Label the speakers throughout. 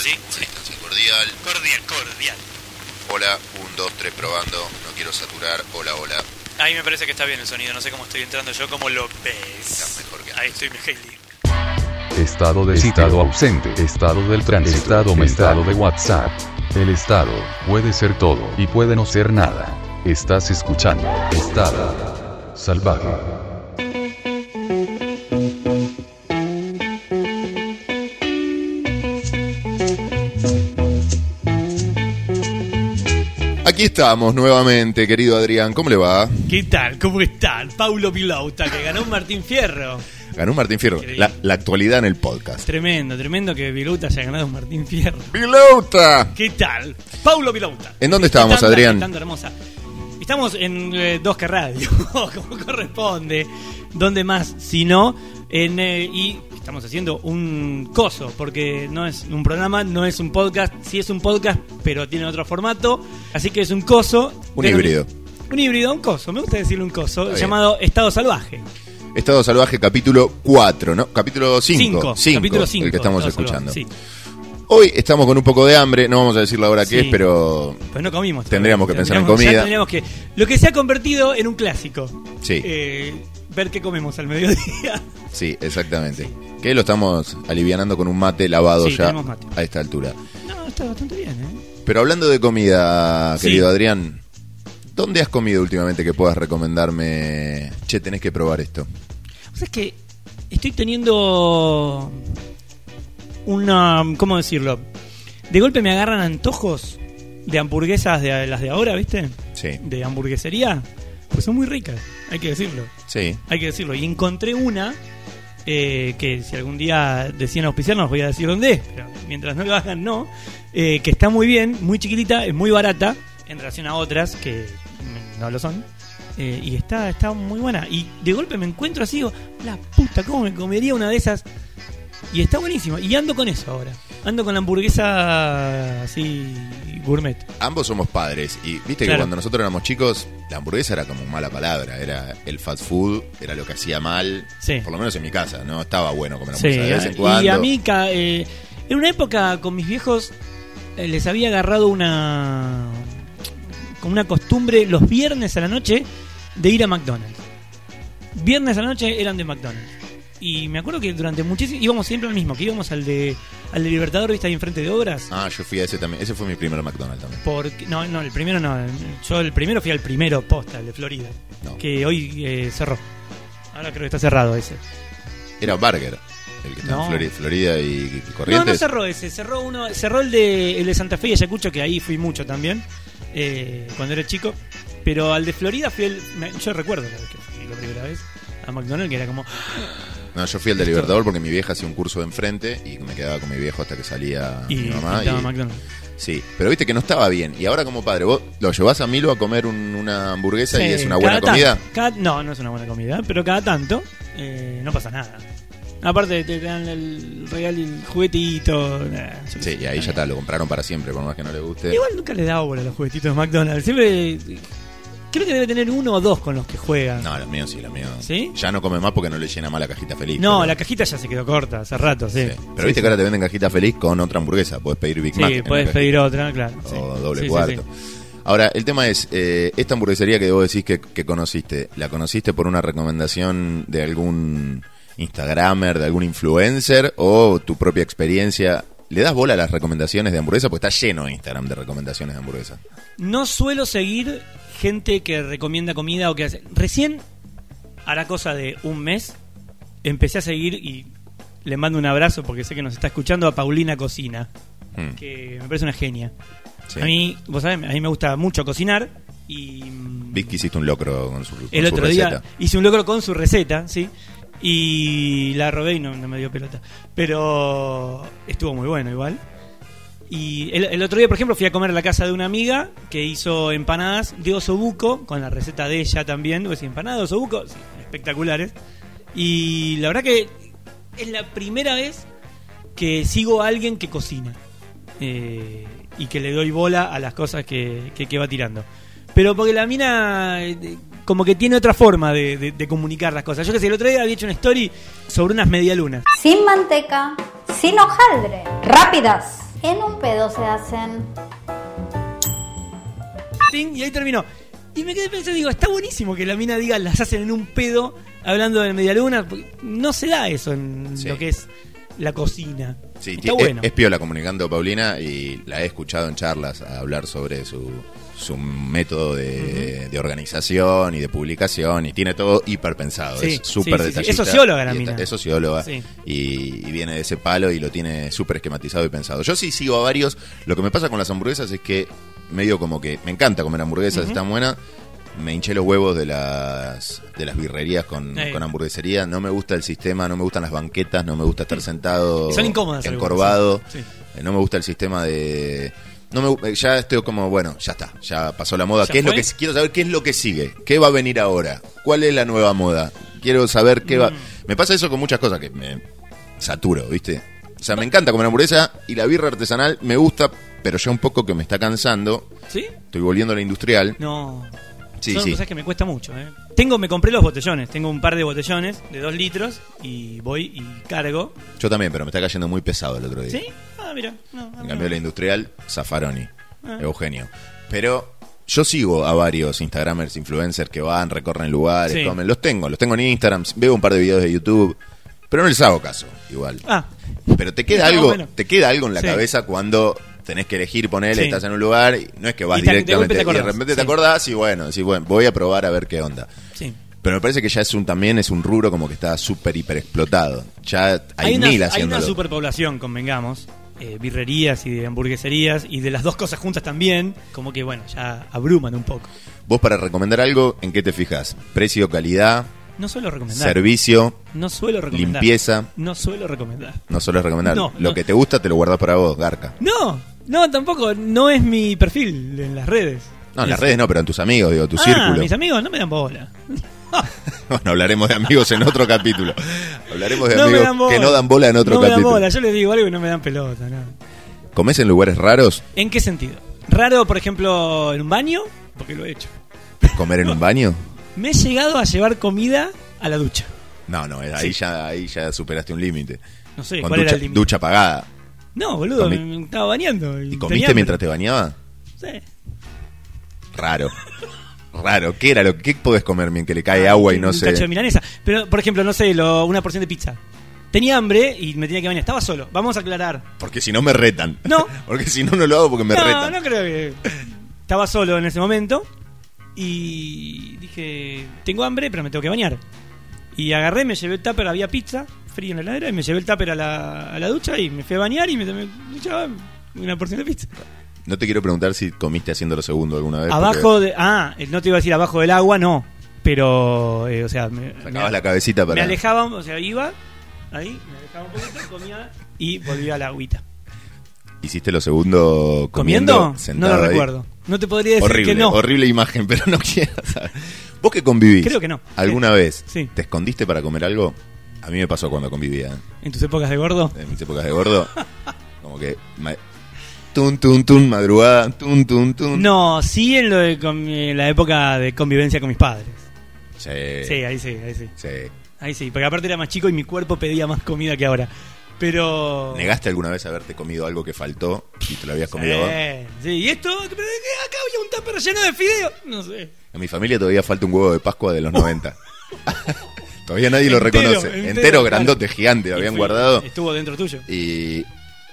Speaker 1: Sí, sí.
Speaker 2: Distancia cordial.
Speaker 1: Cordial, cordial.
Speaker 2: Hola, un, dos, tres, probando. No quiero saturar. Hola, hola.
Speaker 1: Ahí me parece que está bien el sonido. No sé cómo estoy entrando yo, como lo ves.
Speaker 2: Está mejor que
Speaker 1: Ahí estoy, Heidi.
Speaker 3: Estado de
Speaker 4: Sitio.
Speaker 3: estado ausente. Estado del tránsito. Estado estado de WhatsApp. El estado puede ser todo y puede no ser nada. Estás escuchando. Estado salvaje.
Speaker 2: Aquí estamos nuevamente, querido Adrián. ¿Cómo le va?
Speaker 5: ¿Qué tal? ¿Cómo están? Paulo Pilauta, que ganó un Martín Fierro.
Speaker 2: Ganó un Martín Fierro. La, la actualidad en el podcast.
Speaker 5: Tremendo, tremendo que Pilauta haya ganado un Martín Fierro.
Speaker 2: ¡Pilota!
Speaker 5: ¿Qué tal? Paulo Pilauta.
Speaker 2: ¿En dónde estábamos,
Speaker 5: Tanda,
Speaker 2: Adrián?
Speaker 5: tanda hermosa. Estamos en eh, Dos que Radio, como corresponde. ¿Dónde más? Si no, en, eh, y estamos haciendo un coso, porque no es un programa, no es un podcast. Sí es un podcast, pero tiene otro formato. Así que es un coso.
Speaker 2: Un
Speaker 5: Denom-
Speaker 2: híbrido.
Speaker 5: Un híbrido, un coso. Me gusta decirle un coso,
Speaker 2: bien.
Speaker 5: llamado Estado Salvaje.
Speaker 2: Estado Salvaje, capítulo 4, ¿no? Capítulo 5.
Speaker 5: Cinco, capítulo 5.
Speaker 2: El que estamos escuchando.
Speaker 5: Sí.
Speaker 2: Hoy estamos con un poco de hambre. No vamos a decir la hora que es,
Speaker 5: Sí.
Speaker 2: pero.
Speaker 5: Pues no comimos.
Speaker 2: Tendríamos que pensar en
Speaker 5: Tendríamos- ya
Speaker 2: comida.
Speaker 5: tendríamos que, lo que se ha convertido en un clásico.
Speaker 2: Sí.
Speaker 5: Eh, ver qué comemos al mediodía.
Speaker 2: Sí, exactamente. Que lo estamos alivianando con un mate lavado
Speaker 5: Sí,
Speaker 2: ya
Speaker 5: tenemos mate.
Speaker 2: a esta altura.
Speaker 5: No, está bastante bien, ¿eh?
Speaker 2: Pero hablando de comida,
Speaker 5: Sí.
Speaker 2: querido Adrián, ¿dónde has comido últimamente que puedas recomendarme? Che, tenés que probar esto.
Speaker 5: O sea, es que estoy teniendo una... ¿Cómo decirlo? De golpe me agarran antojos de hamburguesas de las de ahora, ¿viste?
Speaker 2: Sí.
Speaker 5: De hamburguesería. Pues son muy ricas, hay que decirlo.
Speaker 2: Sí.
Speaker 5: Hay que decirlo. Y encontré una eh, que si algún día decían auspiciarnos, voy a decir dónde es, pero mientras no lo hagan, no. eh, que está muy bien, muy chiquitita, es muy barata en relación a otras que mm, no lo son. eh, y está, está muy buena. Y de golpe me encuentro así, digo, la puta, ¿cómo me comería una de esas? Y está buenísima. Y ando con eso ahora. Ando con la hamburguesa así gourmet.
Speaker 2: Ambos somos padres y viste que
Speaker 5: Claro.
Speaker 2: cuando nosotros éramos chicos, la hamburguesa era como mala palabra, era el fast food, era lo que hacía mal,
Speaker 5: Sí.
Speaker 2: por lo menos en mi casa, no estaba bueno comer
Speaker 5: Sí,
Speaker 2: hamburguesa de vez en
Speaker 5: y
Speaker 2: cuando.
Speaker 5: a mí ca- eh, en una época con mis viejos eh, les había agarrado una como una costumbre los viernes a la noche de ir a McDonald's. Viernes a la noche eran de McDonald's. Y me acuerdo que durante muchísimo íbamos siempre al mismo, que íbamos al de al de Libertador, viste ahí enfrente de obras.
Speaker 2: Ah, yo fui a ese también, ese fue mi primer McDonald's también.
Speaker 5: Porque, no, no, el primero no. Yo el primero fui al primero posta, el de Florida.
Speaker 2: No.
Speaker 5: Que hoy eh, cerró. Ahora creo que está cerrado ese.
Speaker 2: Era Burger, el que está
Speaker 5: No.
Speaker 2: en Florida, Florida y, y
Speaker 5: No, no
Speaker 2: Corrientes.
Speaker 5: cerró ese, cerró uno, cerró el de, el de Santa Fe y Ayacucho, que ahí fui mucho también, eh, cuando era chico. Pero al de Florida fui el. me- Yo recuerdo la vez que fui la primera vez a McDonald's, que era como.
Speaker 2: No, yo fui al de Libertador porque mi vieja hacía un curso de enfrente y me quedaba con mi viejo hasta que salía
Speaker 5: Y
Speaker 2: mi mamá.
Speaker 5: estaba
Speaker 2: y-
Speaker 5: McDonald's.
Speaker 2: sí, pero viste que no estaba bien. Y ahora como padre, vos lo llevás a Milo a comer un- una hamburguesa y
Speaker 5: Sí,
Speaker 2: es una buena
Speaker 5: cada
Speaker 2: comida.
Speaker 5: tanto, cada- no, no es una buena comida, pero cada tanto eh, no pasa nada. Aparte, te dan el regal y el juguetito. nah, yo qué
Speaker 2: Sí,
Speaker 5: sé,
Speaker 2: y ahí ya está, lo compraron para siempre, por más que no le guste.
Speaker 5: Igual nunca le da bola a los juguetitos de McDonald's. Siempre. Creo que debe tener uno o dos con los que juega.
Speaker 2: No, los míos sí, los míos.
Speaker 5: ¿Sí?
Speaker 2: Ya no come más porque no le llena más la cajita feliz.
Speaker 5: No,
Speaker 2: pero-
Speaker 5: la cajita ya se quedó corta hace rato, sí.
Speaker 2: sí. Pero viste que ahora te venden cajita feliz con otra hamburguesa. Puedes pedir Big
Speaker 5: Sí,
Speaker 2: Mac. en la
Speaker 5: puedes
Speaker 2: cajita,
Speaker 5: pedir otra, claro. sí.
Speaker 2: O doble
Speaker 5: Sí, sí,
Speaker 2: cuarto.
Speaker 5: sí.
Speaker 2: Ahora, el tema es, eh, esta hamburguesería que vos decís que, que conociste, ¿la conociste por una recomendación de algún Instagramer, de algún influencer o tu propia experiencia? ¿Le das bola a las recomendaciones de hamburguesa? Porque está lleno Instagram de recomendaciones de hamburguesa.
Speaker 5: No suelo seguir gente que recomienda comida o que hace. Recién, hará cosa de un mes, empecé a seguir y le mando un abrazo porque sé que nos está escuchando a Paulina Cocina,
Speaker 2: Mm,
Speaker 5: que me parece una genia.
Speaker 2: sí.
Speaker 5: A mí, vos sabés, a mí me gusta mucho cocinar y. mm,
Speaker 2: Vi que hiciste un locro con su, con
Speaker 5: El
Speaker 2: su
Speaker 5: otro
Speaker 2: receta.
Speaker 5: día hice un logro con su receta, ¿sí? Y la robé y no, no me dio pelota. Pero estuvo muy bueno igual. Y el, el otro día, por ejemplo, fui a comer a la casa de una amiga que hizo empanadas de osobuco, con la receta de ella también. Pues, empanadas de osobuco, sí, espectaculares. Y la verdad que es la primera vez que sigo a alguien que cocina eh, y que le doy bola a las cosas que, que- que va tirando. Pero porque la mina eh, de- como que tiene otra forma de, de- de comunicar las cosas. Yo que sé, el otro día había hecho una story sobre unas medialunas.
Speaker 6: sin manteca, sin hojaldre, rápidas,
Speaker 4: En un pedo se hacen.
Speaker 5: Ting, y ahí terminó. Y me quedé pensando, digo, está buenísimo que la mina diga las hacen en un pedo hablando de medialuna. porque No se da eso en
Speaker 2: Sí.
Speaker 5: lo que es la cocina.
Speaker 2: Sí,
Speaker 5: está
Speaker 2: ti- eh, es-
Speaker 5: bueno.
Speaker 2: es, piola comunicando Paulina y la he escuchado en charlas a hablar sobre su, su método de, de organización y de publicación y tiene todo hiper pensado,
Speaker 5: Sí,
Speaker 2: es súper
Speaker 5: sí, sí, sí.
Speaker 2: detallista.
Speaker 5: Es socióloga la
Speaker 2: y está-
Speaker 5: mina.
Speaker 2: Es socióloga
Speaker 5: Sí.
Speaker 2: y, y viene de ese palo y lo tiene súper esquematizado y pensado. Yo sí sigo a varios, lo que me pasa con las hamburguesas es que medio como que me encanta comer hamburguesas, están buenas. Me hinché los huevos de las de las birrerías con,
Speaker 5: Ey.
Speaker 2: con hamburguesería. No me gusta el sistema, no me gustan las banquetas, no me gusta estar sentado
Speaker 5: Son incómodas algunas,
Speaker 2: encorvado.
Speaker 5: sí.
Speaker 2: Eh, No me gusta el sistema de. No me, gu- eh, ya estoy como, bueno, ya está, ya pasó la moda.
Speaker 5: ¿Ya
Speaker 2: ¿Qué es lo
Speaker 5: fue?
Speaker 2: que, quiero saber qué es lo que sigue, qué va a venir ahora, cuál es la nueva moda. Quiero saber qué va.
Speaker 5: Mm.
Speaker 2: Me pasa eso con muchas cosas que me saturo, ¿viste? O sea, me encanta comer hamburguesa y la birra artesanal me gusta, pero ya un poco que me está cansando.
Speaker 5: ¿Sí?
Speaker 2: Estoy volviendo a la industrial.
Speaker 5: No.
Speaker 2: Sí,
Speaker 5: Son
Speaker 2: sí.
Speaker 5: cosas que me cuesta mucho. ¿eh? Tengo, me compré los botellones. Tengo un par de botellones de dos litros y voy y cargo.
Speaker 2: Yo también, pero me está cayendo muy pesado el otro día.
Speaker 5: ¿Sí? Ah, mira. No, a mí
Speaker 2: En
Speaker 5: no.
Speaker 2: cambio, la industrial, Zaffaroni,
Speaker 5: Ah.
Speaker 2: Eugenio. Pero yo sigo a varios Instagramers, influencers que van, recorren lugares,
Speaker 5: Sí.
Speaker 2: comen. Los tengo, los tengo en Instagram, veo un par de videos de YouTube. Pero no les hago caso, igual.
Speaker 5: Ah,
Speaker 2: Pero te queda
Speaker 5: No,
Speaker 2: algo,
Speaker 5: bueno.
Speaker 2: te queda algo en la
Speaker 5: Sí.
Speaker 2: cabeza cuando tenés que elegir poner,
Speaker 5: Sí.
Speaker 2: estás en un lugar, y no es que vas
Speaker 5: Y te- de
Speaker 2: directamente
Speaker 5: golpe te
Speaker 2: y de
Speaker 5: acordás,
Speaker 2: repente te
Speaker 5: sí.
Speaker 2: acordás y bueno, decís, bueno, voy a probar a ver qué onda.
Speaker 5: sí.
Speaker 2: Pero me parece que ya es un también es un rubro como que está súper hiper explotado. Ya hay,
Speaker 5: Hay,
Speaker 2: mil
Speaker 5: una, hay
Speaker 2: haciéndolo.
Speaker 5: una superpoblación, convengamos. eh, birrerías y de hamburgueserías y de las dos cosas juntas también. Como que, bueno, ya abruman un poco.
Speaker 2: Vos para recomendar algo, ¿en qué te fijas? Precio, calidad,
Speaker 5: No suelo recomendar.
Speaker 2: servicio,
Speaker 5: no suelo recomendar.
Speaker 2: limpieza.
Speaker 5: No suelo recomendar.
Speaker 2: No solo es recomendar.
Speaker 5: No,
Speaker 2: Lo
Speaker 5: no.
Speaker 2: que te gusta te lo guardás para vos, Garca.
Speaker 5: No, no, tampoco. No es mi perfil en las redes.
Speaker 2: No, en las
Speaker 5: Es-
Speaker 2: redes no, pero en tus amigos, digo, tu
Speaker 5: ah,
Speaker 2: círculo.
Speaker 5: mis amigos no me dan bola.
Speaker 2: bueno, hablaremos de amigos en otro capítulo. Hablaremos de
Speaker 5: no me dan
Speaker 2: amigos
Speaker 5: bola.
Speaker 2: que no dan bola en otro
Speaker 5: No me dan
Speaker 2: capítulo.
Speaker 5: bola. Yo les digo algo y no me dan pelota. no.
Speaker 2: ¿Comés en lugares raros?
Speaker 5: ¿En qué sentido? Raro, por ejemplo, en un baño, porque lo he hecho.
Speaker 2: ¿Comer en un baño?
Speaker 5: Me he llegado a llevar comida a la ducha.
Speaker 2: No, no, ahí, ya, ahí ya superaste un límite.
Speaker 5: No sé,
Speaker 2: Con
Speaker 5: ¿cuál
Speaker 2: ducha,
Speaker 5: era el límite?
Speaker 2: ducha apagada.
Speaker 5: No, boludo,
Speaker 2: Comi-
Speaker 5: me me estaba bañando.
Speaker 2: ¿Y comiste mientras te bañabas?
Speaker 5: Sí.
Speaker 2: Raro. Raro. ¿Qué era lo que podés comer mientras que le cae agua y no
Speaker 5: Ah, un
Speaker 2: se...
Speaker 5: cacho de milanesa. Pero, por ejemplo, no sé, lo- una porción de pizza. Tenía hambre y me tenía que bañar. Estaba solo. Vamos a aclarar.
Speaker 2: Porque si no me retan.
Speaker 5: No.
Speaker 2: Porque si no, no lo hago porque me
Speaker 5: no,
Speaker 2: retan.
Speaker 5: no creo que. Estaba solo en ese momento. Y dije, tengo hambre, pero me tengo que bañar. Y agarré, me llevé el tupper, había pizza fría en la heladera, y me llevé el tupper a la, a la ducha y me fui a bañar y me tomé duchaba una porción de pizza.
Speaker 2: Eh, No te quiero preguntar si comiste haciendo lo segundo alguna vez.
Speaker 5: Abajo de. Ah, no te iba a decir abajo del agua, no. Pero, eh, o sea, me,
Speaker 2: porque Sacabas la cabecita
Speaker 5: me
Speaker 2: para.
Speaker 5: alejaba, o sea, iba ahí, me alejaba un poquito, comía y volvía a la agüita.
Speaker 2: ¿Hiciste lo segundo comiendo?
Speaker 5: ¿Comiendo? No
Speaker 2: sentado
Speaker 5: lo
Speaker 2: ahí?
Speaker 5: recuerdo. No te podría decir
Speaker 2: Horrible,
Speaker 5: que no.
Speaker 2: horrible imagen, pero no quiero saber. ¿Vos que convivís?
Speaker 5: Creo que no.
Speaker 2: ¿Alguna
Speaker 5: Sí.
Speaker 2: vez
Speaker 5: Sí.
Speaker 2: te escondiste para comer algo? A mí me pasó cuando convivía ¿eh?
Speaker 5: En tus épocas de gordo.
Speaker 2: en mis épocas de gordo. Como que. ma- Tun, tun, tun, madrugada. Tun, tun, tun.
Speaker 5: No, sí en lo de con- en la época de convivencia con mis padres.
Speaker 2: Sí.
Speaker 5: Sí, ahí sí, ahí sí.
Speaker 2: sí.
Speaker 5: Ahí sí, porque aparte era más chico y mi cuerpo pedía más comida que ahora. Pero...
Speaker 2: ¿Negaste alguna vez haberte comido algo que faltó y te lo habías comido vos?
Speaker 5: Eh, sí, y esto, pero acá había un tupper lleno de fideos. No sé.
Speaker 2: En mi familia todavía falta un huevo de Pascua de los 90. todavía nadie lo
Speaker 5: Entero,
Speaker 2: reconoce. Entero,
Speaker 5: entero,
Speaker 2: grandote, gigante, lo
Speaker 5: Y
Speaker 2: habían
Speaker 5: fui-
Speaker 2: guardado.
Speaker 5: Estuvo dentro tuyo.
Speaker 2: Y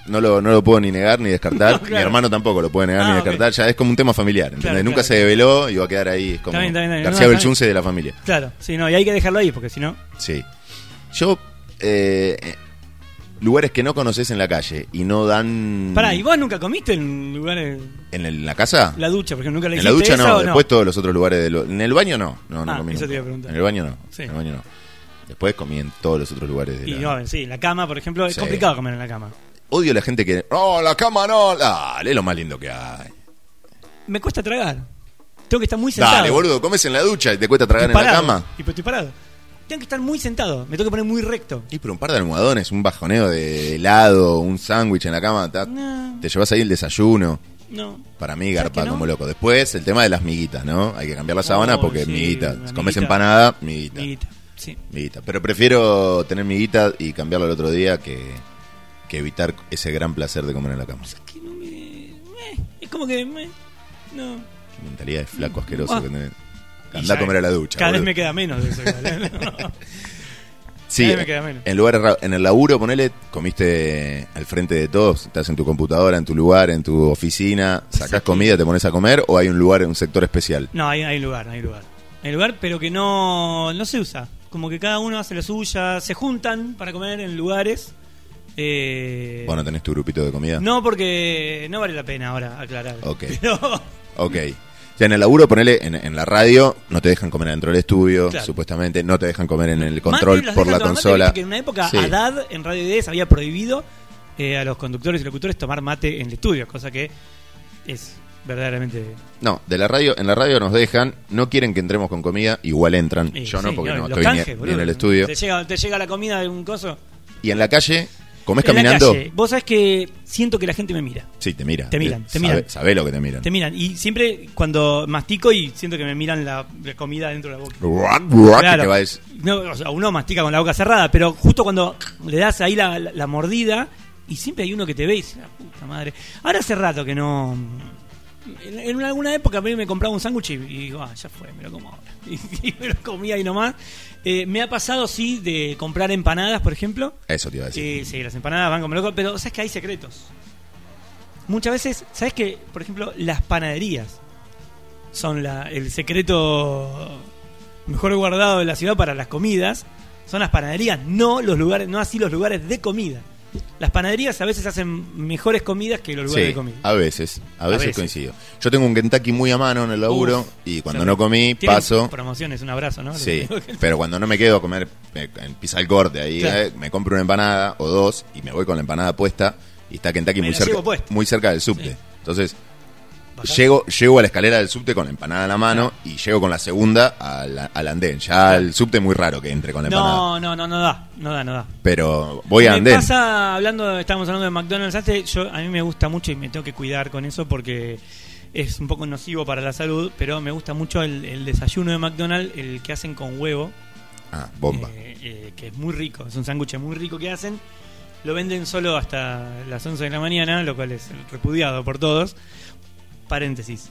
Speaker 2: no lo, no lo puedo ni negar ni descartar.
Speaker 5: No, claro.
Speaker 2: Mi hermano tampoco lo puede negar
Speaker 5: Ah,
Speaker 2: ni
Speaker 5: ok.
Speaker 2: descartar. Ya es como un tema familiar. ¿entendés?
Speaker 5: Claro,
Speaker 2: Nunca
Speaker 5: claro.
Speaker 2: se develó y va a quedar ahí. Es como
Speaker 5: Está bien, está bien, está bien.
Speaker 2: García
Speaker 5: No, está
Speaker 2: Belsunce de la familia.
Speaker 5: Claro, sí, no, y hay que dejarlo ahí porque si no...
Speaker 2: Sí. Yo. eh, eh, lugares que no conoces en la calle y no dan.
Speaker 5: Pará, ¿y vos nunca comiste en lugares...
Speaker 2: ¿En el- la casa?
Speaker 5: La ducha, porque nunca le
Speaker 2: En
Speaker 5: hiciste
Speaker 2: la ducha
Speaker 5: esa,
Speaker 2: no,
Speaker 5: ¿o
Speaker 2: después todos los otros lugares del En el baño no, no, no
Speaker 5: Ah,
Speaker 2: comí
Speaker 5: eso te
Speaker 2: nunca.
Speaker 5: iba a preguntar.
Speaker 2: En el baño no,
Speaker 5: Sí.
Speaker 2: en el baño no. Después comí en todos los otros lugares de
Speaker 5: Y
Speaker 2: la...
Speaker 5: no, sí, la cama, por ejemplo, es
Speaker 2: Sí.
Speaker 5: complicado comer en la cama.
Speaker 2: Odio la gente que... ¡Oh, la cama no! Dale, es lo más lindo que hay.
Speaker 5: Me cuesta tragar. Tengo que estar muy sentado.
Speaker 2: Dale, boludo, comes en la ducha y te cuesta tragar
Speaker 5: Estoy
Speaker 2: en la
Speaker 5: parado.
Speaker 2: cama.
Speaker 5: Y pues estoy parado. Tengo que estar muy sentado. Me tengo que poner muy recto.
Speaker 2: Y pero un par de almohadones, un bajoneo de helado, un sándwich en la cama, ta-
Speaker 5: No.
Speaker 2: te llevas ahí el desayuno.
Speaker 5: No.
Speaker 2: Para mí,
Speaker 5: ¿Sabes
Speaker 2: garpa
Speaker 5: que no?
Speaker 2: como loco. Después, el tema de las miguitas, ¿no? Hay que cambiar la sábana
Speaker 5: Oh,
Speaker 2: porque
Speaker 5: sí,
Speaker 2: miguitas.
Speaker 5: una
Speaker 2: Comes
Speaker 5: miguita.
Speaker 2: empanada, miguita.
Speaker 5: Amiguita, Sí.
Speaker 2: Mi guita. Pero prefiero tener mi guita y cambiarla el otro día que, que evitar ese gran placer de comer en la cama.
Speaker 5: Es que no me. meh, es como que. meh, no.
Speaker 2: Qué mentalidad de flaco asqueroso
Speaker 5: Ah.
Speaker 2: que tenés.
Speaker 5: Y
Speaker 2: Andá
Speaker 5: ya
Speaker 2: a comer a la ducha.
Speaker 5: Cada vez
Speaker 2: boludo.
Speaker 5: me queda menos de eso. igual, ¿eh?
Speaker 2: Sí,
Speaker 5: Ahí me queda menos.
Speaker 2: en lugares raros. en el laburo, ponele, comiste al frente de todos, estás en tu computadora, en tu lugar, en tu oficina, sacás comida, te pones a comer o hay un lugar, un sector especial.
Speaker 5: No, hay, hay lugar, hay lugar. Hay lugar, pero que no, no se usa. Como que cada uno hace la suya, se juntan para comer en lugares. Eh,
Speaker 2: Bueno, tenés tu grupito de comida.
Speaker 5: no, porque no vale la pena ahora aclarar.
Speaker 2: Ok.
Speaker 5: Pero-
Speaker 2: Ok. O sea, en el laburo, ponele, en, en la radio, no te dejan comer dentro del estudio,
Speaker 5: Claro.
Speaker 2: supuestamente, no te dejan comer en el control
Speaker 5: Mate, las
Speaker 2: por
Speaker 5: dejan
Speaker 2: la
Speaker 5: tomar mate,
Speaker 2: consola.
Speaker 5: viste Que en una época
Speaker 2: Sí.
Speaker 5: Haddad en Radio IDS había prohibido eh, a los conductores y locutores tomar mate en el estudio, cosa que es verdaderamente.
Speaker 2: No, de la radio, en la radio nos dejan, no quieren que entremos con comida, igual entran.
Speaker 5: eh,
Speaker 2: Yo
Speaker 5: sí,
Speaker 2: no, porque no,
Speaker 5: los
Speaker 2: estoy ni-
Speaker 5: canjes,
Speaker 2: ni,
Speaker 5: boludo.
Speaker 2: en el estudio.
Speaker 5: Te llega, te llega la comida de un coso.
Speaker 2: Y en la calle, comes
Speaker 5: En la
Speaker 2: caminando.
Speaker 5: calle. Vos sabés que siento que la gente me mira.
Speaker 2: Sí, te miran. Eh,
Speaker 5: Te miran, te
Speaker 2: Sabe-
Speaker 5: miran.
Speaker 2: sabe lo que te miran.
Speaker 5: Te miran. Y siempre cuando mastico y siento que me miran la, la comida dentro de la boca.
Speaker 2: Ruac, ruac,
Speaker 5: Claro.
Speaker 2: que te vas-
Speaker 5: No, o sea, uno mastica con la boca cerrada, pero justo cuando le das ahí la, la- la mordida, y siempre hay uno que te ve y dice, "La puta madre. Ahora hace rato que no. En, en alguna época me me compraba un sándwich y, y digo, ah, ya fue, me lo como ahora. Y, me lo comía ahí nomás. Eh, me ha pasado, sí, de comprar empanadas, por ejemplo.
Speaker 2: Eso te iba a decir.
Speaker 5: Eh, sí, las empanadas van como loco, pero sabes que hay secretos. Muchas veces, sabes que, por ejemplo, las panaderías son la- el secreto mejor guardado de la ciudad para las comidas. Son las panaderías, no los lugares, no así los lugares de comida. Las panaderías a veces hacen mejores comidas que los lugares
Speaker 2: Sí,
Speaker 5: de comida.
Speaker 2: a veces, a veces,
Speaker 5: veces.
Speaker 2: coincido. Yo tengo un Kentucky muy a mano en el laburo
Speaker 5: Uf,
Speaker 2: y cuando
Speaker 5: ya
Speaker 2: no
Speaker 5: sé.
Speaker 2: comí,
Speaker 5: Tienen
Speaker 2: paso.
Speaker 5: Promociones, un abrazo, ¿no?
Speaker 2: Sí, pero cuando no me quedo a comer eh, en pizza al corte ahí,
Speaker 5: Claro.
Speaker 2: eh, me compro una empanada o dos y me voy con la empanada puesta y está Kentucky
Speaker 5: Me
Speaker 2: muy
Speaker 5: la
Speaker 2: cerca,
Speaker 5: llevo puesta.
Speaker 2: muy cerca del subte.
Speaker 5: Sí.
Speaker 2: Entonces,
Speaker 5: Bajá.
Speaker 2: llego llego a la escalera del subte con la empanada en la mano y llego con la segunda al, al andén. Ya el subte es muy raro que entre con la empanada.
Speaker 5: No, no, no, no da, no da, no da.
Speaker 2: Pero voy a
Speaker 5: me
Speaker 2: andén.
Speaker 5: pasa hablando, estábamos hablando de McDonald's antes, yo a mí me gusta mucho y me tengo que cuidar con eso porque es un poco nocivo para la salud, pero me gusta mucho el, el desayuno de McDonald's, el que hacen con huevo,
Speaker 2: Ah, bomba.
Speaker 5: eh, eh, que es muy rico, es un sándwich muy rico que hacen. Lo venden solo hasta las 11 de la mañana, lo cual es repudiado por todos. Paréntesis.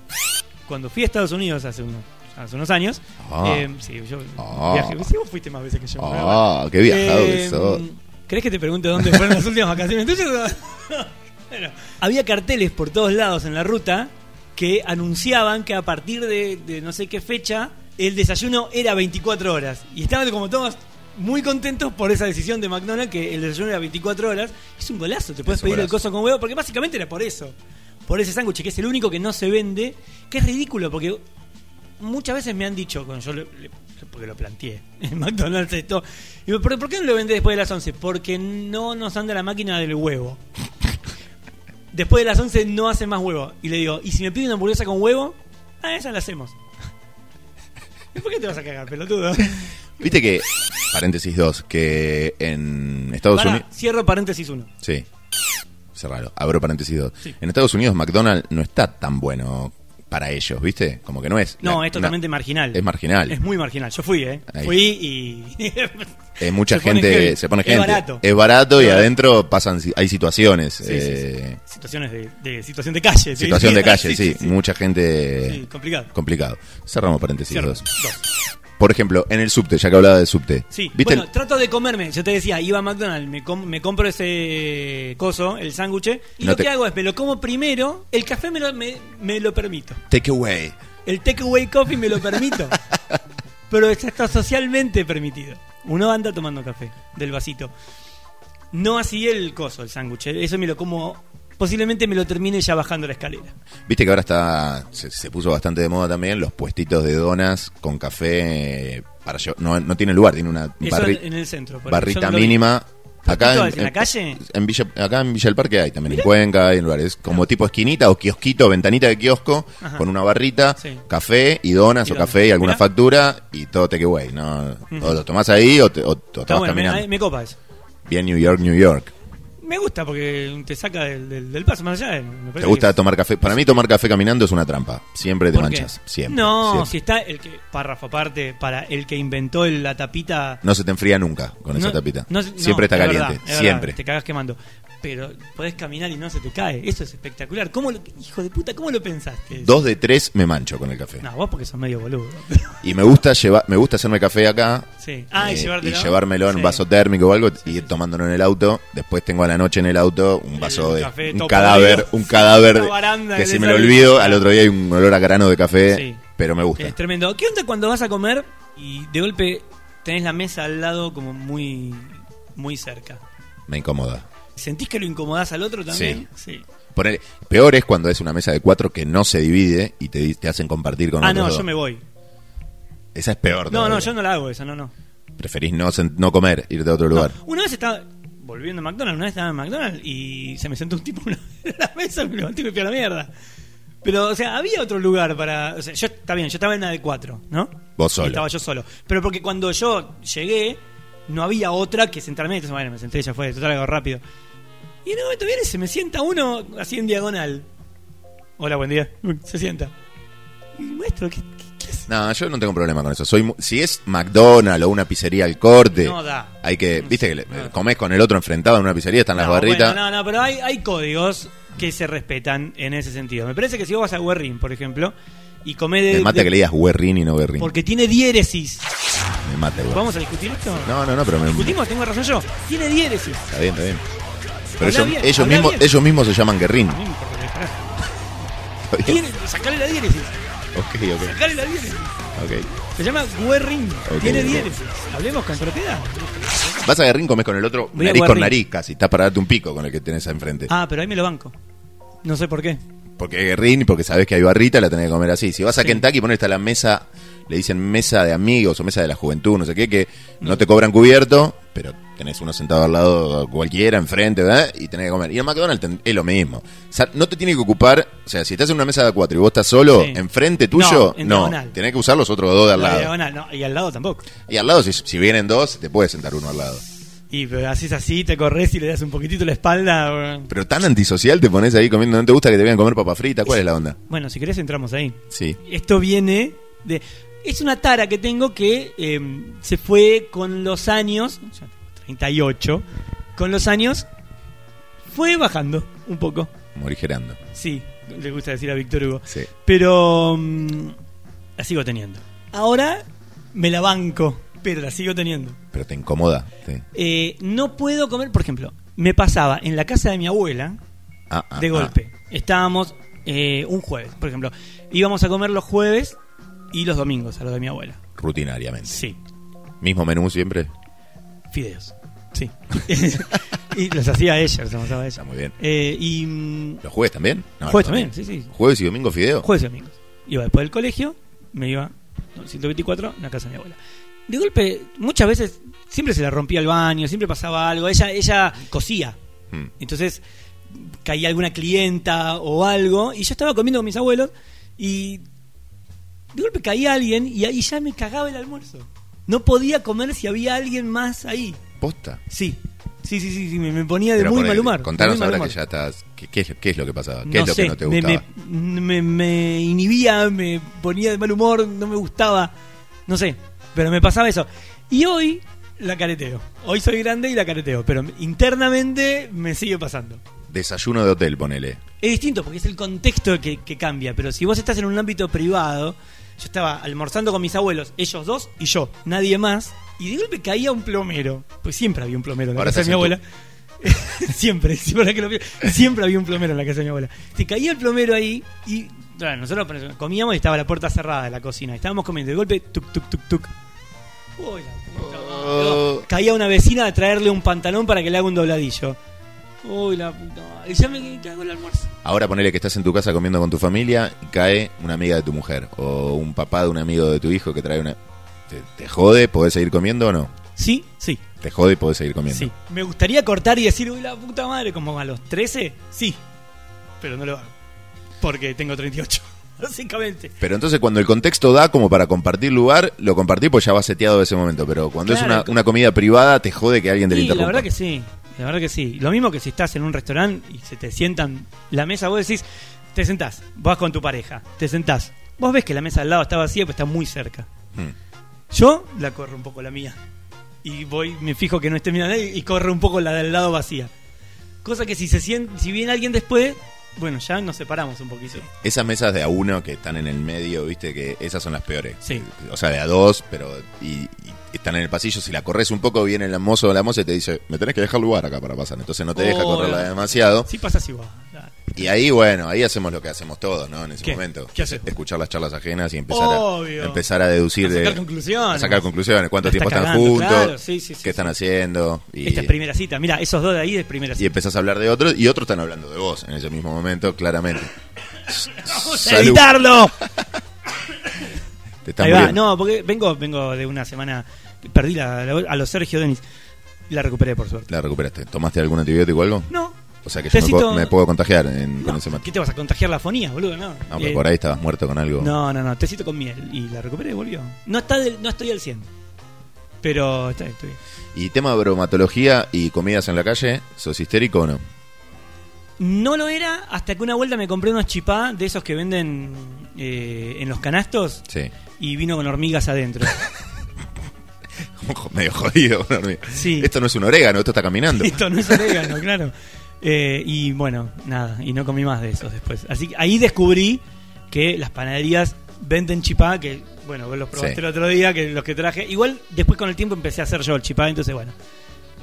Speaker 5: Cuando fui a Estados Unidos hace unos, hace unos años,
Speaker 2: Ah.
Speaker 5: eh, sí, yo
Speaker 2: Ah.
Speaker 5: viajé. Sí, vos fuiste más veces que yo. ¿no?
Speaker 2: Ah, qué viajado
Speaker 5: Eh,
Speaker 2: que sos.
Speaker 5: ¿Querés que te pregunte dónde fueron las últimas vacaciones tuyas? Bueno, había carteles por todos lados en la ruta que anunciaban que a partir de, de no sé qué fecha el desayuno era 24 horas. Y estaban como todos muy contentos por esa decisión de McDonald's que el desayuno era 24 horas. Es un golazo, te puedes
Speaker 2: un
Speaker 5: pedir el
Speaker 2: golazo.
Speaker 5: coso con huevo, porque básicamente era por eso. Por ese sándwich, que es el único que no se vende, que es ridículo, porque muchas veces me han dicho, cuando yo le- le- porque lo planteé en McDonald's esto, digo, ¿pero por qué no lo vendés después de las 11? Porque no nos anda la máquina del huevo. Después de las 11 no hace más huevo. Y le digo, ¿y si me pide una hamburguesa con huevo? Ah, esa la hacemos. ¿Y ¿Por qué te vas a cagar, pelotudo?
Speaker 2: Viste que, paréntesis 2, que en Estados
Speaker 5: Pará,
Speaker 2: Unidos...
Speaker 5: cierro paréntesis 1.
Speaker 2: Sí. Cerralo. Abro paréntesis 2. En Estados Unidos McDonald's no está tan bueno para ellos, ¿viste? Como que no es...
Speaker 5: No,
Speaker 2: la-
Speaker 5: es totalmente
Speaker 2: na-
Speaker 5: marginal.
Speaker 2: Es marginal.
Speaker 5: Es
Speaker 2: Es,
Speaker 5: muy marginal. Yo fui, ¿eh?
Speaker 2: Ahí.
Speaker 5: Fui y.
Speaker 2: eh, mucha
Speaker 5: se pone
Speaker 2: gente...
Speaker 5: heavy.
Speaker 2: Se pone
Speaker 5: Es
Speaker 2: gente. Eh,
Speaker 5: barato.
Speaker 2: Es barato y
Speaker 5: Es barato.
Speaker 2: adentro pasan... si- Hay situaciones.
Speaker 5: Sí, sí,
Speaker 2: eh,
Speaker 5: sí. Situaciones de, de- situación de calle. te
Speaker 2: Situación de
Speaker 5: diría.
Speaker 2: calle, sí. Mucha gente...
Speaker 5: Sí, complicado.
Speaker 2: Complicado. Cerramos paréntesis
Speaker 5: Cierro.
Speaker 2: 2.
Speaker 5: Eh, Dos.
Speaker 2: Por ejemplo, en el subte, ya que hablaba de subte.
Speaker 5: Sí,
Speaker 2: ¿Viste
Speaker 5: bueno, trato de comerme. Yo te decía, iba a McDonald's, me, com- me compro ese coso, el sándwich, y
Speaker 2: No
Speaker 5: lo
Speaker 2: te-
Speaker 5: que hago es me lo como primero, el café me lo, me, me lo permito.
Speaker 2: el takeaway?
Speaker 5: El takeaway coffee me lo permito. pero esto está socialmente permitido. Uno anda tomando café del vasito. No así el coso, el sándwich. Eso me lo como. Posiblemente me lo termine ya bajando la escalera.
Speaker 2: Viste que ahora está se, se puso bastante de moda también los puestitos de donas con café eh, para llevar- no, no tiene lugar, tiene una
Speaker 5: Eso
Speaker 2: barri-
Speaker 5: en, en el centro. por ejemplo. Yo
Speaker 2: barrita
Speaker 5: no lo vi.
Speaker 2: mínima. Acá
Speaker 5: ¿Puestito en la calle?
Speaker 2: en Villa, acá en Villa del Parque hay también, en Cuenca hay en lugares como tipo esquinita o kiosquito, ventanita de kiosco,
Speaker 5: Ajá.
Speaker 2: con una barrita,
Speaker 5: Sí.
Speaker 2: café y donas
Speaker 5: Y
Speaker 2: o
Speaker 5: donas.
Speaker 2: café y alguna
Speaker 5: Mirá.
Speaker 2: factura y todo takeaway. No, O lo tomás ahí o, te, o- o te
Speaker 5: Está
Speaker 2: vas
Speaker 5: bueno,
Speaker 2: caminando.
Speaker 5: me, me copa eso.
Speaker 2: Bien New York, New York.
Speaker 5: Me gusta porque te saca del, del- del paso más allá. de- me
Speaker 2: ¿Te
Speaker 5: parece
Speaker 2: gusta
Speaker 5: que-
Speaker 2: tomar café? Para mí tomar café caminando es una trampa. Siempre te
Speaker 5: ¿Por qué?
Speaker 2: manchas. Siempre.
Speaker 5: No,
Speaker 2: siempre.
Speaker 5: si está el que, párrafo aparte, para el que inventó el- la tapita.
Speaker 2: No se te enfría nunca con esa
Speaker 5: No,
Speaker 2: tapita.
Speaker 5: no- no,
Speaker 2: Siempre está
Speaker 5: es
Speaker 2: caliente.
Speaker 5: verdad, es verdad,
Speaker 2: siempre.
Speaker 5: te cagas quemando. pero podés caminar y no se te cae. Eso es espectacular. ¿Cómo lo- hijo de puta, ¿cómo lo pensaste?
Speaker 2: Dos de tres me mancho con el café.
Speaker 5: No, vos porque sos medio boludo.
Speaker 2: Y me gusta llevar, me gusta hacerme café acá.
Speaker 5: Sí. Ah, y
Speaker 2: eh,
Speaker 5: llevártelo.
Speaker 2: llevármelo en
Speaker 5: Sí.
Speaker 2: un vaso térmico o algo y ir tomándolo en el auto. Después tengo a la noche en el auto un vaso de
Speaker 5: café
Speaker 2: un
Speaker 5: todo
Speaker 2: cadáver,
Speaker 5: podrido.
Speaker 2: un cadáver
Speaker 5: Una baranda
Speaker 2: que
Speaker 5: que
Speaker 2: si
Speaker 5: le
Speaker 2: me lo
Speaker 5: sale.
Speaker 2: olvido al otro día hay un olor a grano de café,
Speaker 5: Sí. Este-
Speaker 2: pero me gusta.
Speaker 5: Es tremendo. ¿Qué onda cuando vas a comer y de golpe tenés la mesa al lado como muy, muy cerca?
Speaker 2: Me incomoda.
Speaker 5: ¿Sentís que lo incomodás al otro también? Sí.
Speaker 2: Ponele- peor es cuando es una mesa de cuatro que no se divide y te, di- te hacen compartir con
Speaker 5: Ah,
Speaker 2: otros
Speaker 5: no,
Speaker 2: dos.
Speaker 5: yo me voy.
Speaker 2: Esa es peor.
Speaker 5: No, no,
Speaker 2: todavía.
Speaker 5: yo no la hago esa, no, no.
Speaker 2: Preferís no, sen- no comer, irte a otro lugar.
Speaker 5: No, Una vez estaba volviendo a McDonald's, una vez estaba en McDonald's y se me sentó un tipo en una- en la mesa, me levanté y me fui a la mierda. Pero, o sea, había otro lugar para. O sea, yo está bien, yo estaba en la de cuatro, ¿no?
Speaker 2: Vos solo.
Speaker 5: Estaba yo solo. Pero porque cuando yo llegué, no había otra que sentarme. Entonces, bueno, me senté, ya fue, total algo rápido. Y en un momento viene, se me sienta uno así en diagonal. Hola, buen día. Se sienta. Y, maestro, ¿qué, qué, qué hace?
Speaker 2: No, yo no tengo problema con eso. Soy mu- si es McDonald's o una pizzería al corte,
Speaker 5: No da.
Speaker 2: hay que, viste que le-
Speaker 5: No.
Speaker 2: comés con el otro enfrentado en una pizzería, están las
Speaker 5: No,
Speaker 2: barritas.
Speaker 5: bueno, no, no, pero hay, hay códigos que se respetan en ese sentido. Me parece que si vos vas a Guerrín, por ejemplo, y comés de.
Speaker 2: me mata
Speaker 5: de-
Speaker 2: que le digas Guerrín y no Guerrín.
Speaker 5: Porque tiene diéresis.
Speaker 2: Me mata igual.
Speaker 5: ¿Vamos a discutir esto?
Speaker 2: No, no, no, pero me
Speaker 5: ¿Discutimos? Tengo razón yo. Tiene diéresis.
Speaker 2: Está bien, está bien. Pero
Speaker 5: Habla
Speaker 2: ellos,
Speaker 5: bien,
Speaker 2: ellos
Speaker 5: habla
Speaker 2: mismos,
Speaker 5: bien.
Speaker 2: ellos mismos se llaman Guerrín.
Speaker 5: No me importa, pará.
Speaker 2: ¿Está bien?
Speaker 5: Tiene, sacale la diéresis.
Speaker 2: Ok, ok,
Speaker 5: Sacale la diéresis.
Speaker 2: ok.
Speaker 5: Se llama Guerrín.
Speaker 2: Ok,
Speaker 5: tiene
Speaker 2: ok.
Speaker 5: diéresis. Hablemos con propiedad.
Speaker 2: Vas a Guerrín, comés con el otro
Speaker 5: Voy a
Speaker 2: nariz con
Speaker 5: Guerrín.
Speaker 2: nariz casi. Estás para darte un pico con el que tenés enfrente.
Speaker 5: Ah, pero ahí me lo banco. No sé por qué.
Speaker 2: Porque es Guerrín y porque sabés que hay barrita, la tenés que comer así. Si vas a Kentucky, ponés hasta la mesa, le dicen mesa de amigos o mesa de la juventud, no sé qué, que no te cobran cubierto, pero tenés uno sentado al lado a cualquiera, enfrente, ¿verdad? Y tenés que comer. Y en McDonald's ten- es lo mismo. O sea, no te tiene que ocupar, o sea, si estás en una mesa de a cuatro y vos estás solo,
Speaker 5: Sí.
Speaker 2: enfrente
Speaker 5: No,
Speaker 2: tuyo,
Speaker 5: en
Speaker 2: no.
Speaker 5: diagonal.
Speaker 2: Tenés que usar los otros dos de al
Speaker 5: La
Speaker 2: lado.
Speaker 5: diagonal, no, y al lado tampoco.
Speaker 2: Y al lado, si, si vienen dos, te puedes sentar uno al lado.
Speaker 5: Y pero, haces así, te corres y le das un poquitito la espalda. bueno.
Speaker 2: Pero tan antisocial te pones ahí comiendo, no te gusta que te vean comer papa frita, ¿cuál es la onda?
Speaker 5: Bueno, si querés entramos ahí.
Speaker 2: Sí.
Speaker 5: Esto viene de. Es una tara que tengo que eh, se fue con los años. ya tengo 38. Con los años fue bajando un poco.
Speaker 2: Morigerando.
Speaker 5: Sí, le gusta decir a Víctor Hugo.
Speaker 2: Sí.
Speaker 5: Pero mm, la sigo teniendo. Ahora me la banco, pero la sigo teniendo.
Speaker 2: Pero te incomoda. sí.
Speaker 5: Eh, no puedo comer, por ejemplo, me pasaba en la casa de mi abuela,
Speaker 2: Ah, ah,
Speaker 5: de
Speaker 2: ah.
Speaker 5: golpe. Estábamos eh, un jueves, por ejemplo. Íbamos a comer los jueves y los domingos a lo de mi abuela.
Speaker 2: rutinariamente.
Speaker 5: Sí.
Speaker 2: Mismo menú siempre.
Speaker 5: Fideos. Sí. y los hacía ella, los amasaba ella.
Speaker 2: Está muy bien.
Speaker 5: Eh, y. mm,
Speaker 2: ¿Los jueves también? No,
Speaker 5: jueves
Speaker 2: los
Speaker 5: también,
Speaker 2: domingos.
Speaker 5: sí, sí.
Speaker 2: ¿Jueves y domingo fideo?
Speaker 5: Jueves y domingos. Iba después del colegio, me iba no, 124 a la casa de mi abuela. De golpe, muchas veces, siempre se la rompía el baño, siempre pasaba algo. Ella, ella cosía.
Speaker 2: Mm.
Speaker 5: Entonces caía alguna clienta o algo y yo estaba comiendo con mis abuelos y de golpe caía alguien y ahí ya me cagaba el almuerzo. No podía comer si había alguien más ahí.
Speaker 2: ¿Posta?
Speaker 5: Sí, sí, sí, sí, sí, me, me ponía de
Speaker 2: Pero
Speaker 5: muy
Speaker 2: ponele,
Speaker 5: mal humor. de
Speaker 2: Contanos
Speaker 5: muy mal
Speaker 2: ahora que
Speaker 5: humor.
Speaker 2: ya estás. ¿Qué, qué es, lo- qué es lo que pasaba? ¿Qué
Speaker 5: No
Speaker 2: es lo
Speaker 5: sé,
Speaker 2: que no te
Speaker 5: me,
Speaker 2: gustaba?
Speaker 5: me- me- me inhibía, me ponía de mal humor, no me gustaba. No sé, pero me pasaba eso. Y hoy la careteo. Hoy soy grande y la careteo, pero internamente me sigue pasando.
Speaker 2: Desayuno de hotel, ponele.
Speaker 5: Es distinto porque es el contexto que, que cambia, pero si vos estás en un ámbito privado, yo estaba almorzando con mis abuelos, ellos dos y yo, nadie más, y de golpe caía un plomero, pues siempre había un plomero en la
Speaker 2: Ahora
Speaker 5: casa de mi
Speaker 2: estás
Speaker 5: abuela.
Speaker 2: en
Speaker 5: siempre, siempre, la que lo pienso, siempre había un plomero en la casa de mi abuela. Se caía el plomero ahí y bueno, nosotros comíamos y estaba la puerta cerrada de la cocina, estábamos comiendo, de golpe, tuk, tuk, tuk, tuk. Uy, la puta madre.
Speaker 2: Oh.
Speaker 5: Caía una vecina a traerle un pantalón para que le haga un dobladillo. Uy, la puta madre. Ya me cago el almuerzo.
Speaker 2: Ahora ponele que estás en tu casa comiendo con tu familia y cae una amiga de tu mujer o un papá de un amigo de tu hijo que trae una. ¿Te, te jode? ¿Podés seguir comiendo o no?
Speaker 5: Sí, sí,
Speaker 2: ¿Te jode y podés seguir comiendo?
Speaker 5: sí. Me gustaría cortar y decir, uy, la puta madre, como a los 13, sí. Pero no lo hago. Porque tengo 38, básicamente.
Speaker 2: Pero entonces cuando el contexto da como para compartir lugar, lo compartí pues ya va seteado de ese momento. Pero cuando
Speaker 5: Claro,
Speaker 2: es
Speaker 5: co-
Speaker 2: una, una comida privada, te jode que alguien te lo
Speaker 5: Sí, la
Speaker 2: interrumpa.
Speaker 5: verdad que sí. La verdad que sí. Lo mismo que si estás en un restaurante y se te sientan la mesa, vos decís, te sentás, vas con tu pareja, te sentás. Vos ves que la mesa al lado está vacía, pero está muy cerca.
Speaker 2: Mm.
Speaker 5: Yo la corro un poco la mía. Y voy, me fijo que no esté mirando nadie y corro un poco la del lado vacía. Cosa que si se sien- si viene alguien después, bueno, ya nos separamos un poquito.
Speaker 2: Esas mesas de a uno que están en el medio, viste, que esas son las peores.
Speaker 5: Sí.
Speaker 2: O sea, de a dos, pero. Y, y están en el pasillo. Si la corres un poco, viene el mozo o la moza y te dice: Me tenés que dejar lugar acá para pasar. Entonces no te deja
Speaker 5: Oh,
Speaker 2: correrla
Speaker 5: la-
Speaker 2: demasiado.
Speaker 5: Sí pasa así vos. Claro.
Speaker 2: Y ahí, bueno, ahí hacemos lo que hacemos todos, ¿no? En ese
Speaker 5: ¿Qué?
Speaker 2: momento.
Speaker 5: ¿Qué hacemos?
Speaker 2: Escuchar las charlas ajenas y empezar,
Speaker 5: Obvio.
Speaker 2: a, empezar a deducir
Speaker 5: A sacar
Speaker 2: de.
Speaker 5: conclusiones.
Speaker 2: a sacar conclusiones. ¿Cuánto
Speaker 5: La
Speaker 2: tiempo
Speaker 5: está
Speaker 2: están
Speaker 5: cagando,
Speaker 2: juntos?
Speaker 5: claro, sí, sí, sí,
Speaker 2: ¿Qué están
Speaker 5: sí.
Speaker 2: haciendo? Y,
Speaker 5: Esta es primera cita. Mira, esos dos de ahí es primera
Speaker 2: y
Speaker 5: cita.
Speaker 2: empezás a hablar de otros y otros están hablando de vos en ese mismo momento, claramente.
Speaker 5: ¡Vamos a
Speaker 2: Salud.
Speaker 5: evitarlo!
Speaker 2: Te están
Speaker 5: Ahí va.
Speaker 2: muriendo.
Speaker 5: No, porque vengo, vengo de una semana. Perdí la, la- a los Sergio Denis. La recuperé, por suerte.
Speaker 2: La recuperaste. ¿Tomaste algún antibiótico o algo?
Speaker 5: No.
Speaker 2: O sea que yo me
Speaker 5: Tecito-
Speaker 2: puedo, me puedo contagiar en- con
Speaker 5: no,
Speaker 2: ese mate.
Speaker 5: ¿Qué te vas a contagiar la fonía, boludo? No,
Speaker 2: No, pero
Speaker 5: Eh,
Speaker 2: por ahí estabas muerto con algo.
Speaker 5: no, no, no, Tecito con miel. Y la recuperé y volvió. No, está del- no estoy al 100. Pero está, estoy bien.
Speaker 2: Y tema de bromatología y comidas en la calle, ¿sos histérico o no?
Speaker 5: No lo era hasta que una vuelta me compré unos chipá de esos que venden eh, en los canastos
Speaker 2: Sí.
Speaker 5: y vino con hormigas adentro.
Speaker 2: Ojo, Medio jodido. una hormiga.
Speaker 5: Sí.
Speaker 2: Esto no es un orégano, esto está caminando.
Speaker 5: Esto no es orégano, claro. Eh, y bueno, nada, y no comí más de esos después. Así que ahí descubrí que las panaderías venden chipá, que bueno, vos los probaste
Speaker 2: Sí.
Speaker 5: el otro día, que los que traje. Igual después con el tiempo empecé a hacer yo el chipá, entonces bueno,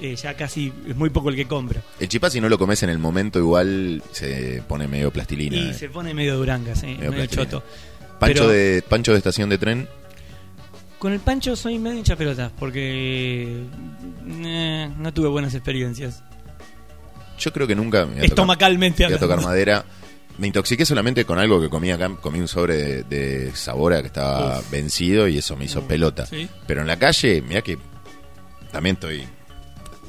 Speaker 5: eh, ya casi es muy poco el que compro.
Speaker 2: El chipá, si no lo comes en el momento, igual se pone medio plastilina.
Speaker 5: Y
Speaker 2: eh.
Speaker 5: se pone medio duranga, sí,
Speaker 2: Medio
Speaker 5: medio,
Speaker 2: plastilina.
Speaker 5: choto.
Speaker 2: Pancho,
Speaker 5: pero-
Speaker 2: de, Pancho de estación de tren,
Speaker 5: Con el pancho soy medio hincha pelotas, porque eh, no tuve buenas experiencias.
Speaker 2: yo creo que nunca. me voy a tocar-
Speaker 5: Estomacalmente
Speaker 2: voy a tocar
Speaker 5: hablando.
Speaker 2: madera. Me intoxiqué solamente con algo que comí acá. Comí un sobre de, de sabora que estaba
Speaker 5: Uf.
Speaker 2: vencido y eso me hizo
Speaker 5: Mm,
Speaker 2: pelota.
Speaker 5: sí.
Speaker 2: Pero en la calle, mirá que también estoy,